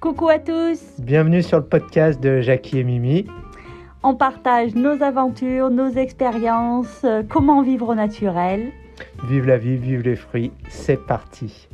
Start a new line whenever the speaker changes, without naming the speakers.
Coucou à tous
Bienvenue sur le podcast de Jackie et Mimi.
On partage nos aventures, nos expériences, euh, comment vivre au naturel.
Vive la vie, vive les fruits, c'est parti.